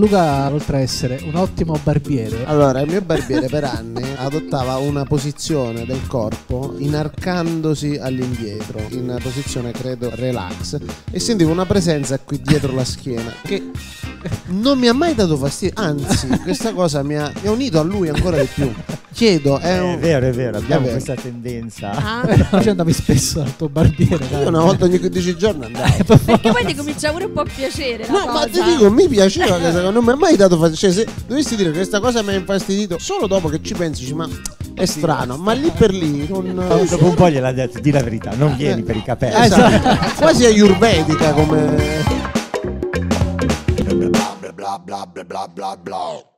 Luca, oltre a essere un ottimo barbiere, Allora, il mio barbiere per anni adottava una posizione del corpo inarcandosi all'indietro, in posizione credo relax, e sentivo una presenza qui dietro la schiena che non mi ha mai dato fastidio, anzi, questa cosa mi ha, mi ha unito a lui ancora di più. Chiedo, Eh, è È un- vero, è vero, abbiamo vero. questa tendenza. Ah, ci andavi spesso al tuo barbiere. dai. Io una volta ogni 15 giorni andavo. perché poi ti comincia pure un po' a piacere la Eh, No, ma cosa. ti dico, mi piaceva questa cosa, non mi ha mai dato fastidio. Cioè, se dovessi dire che questa cosa mi ha infastidito, solo dopo che ci pensi, dici, ma è strano, ma lì per lì non. Dopo un po' gliel'ha detto, di la verità, non vieni per i capelli. Eh, esatto. quasi ayurvedica come blah blah blah blah blah blah blah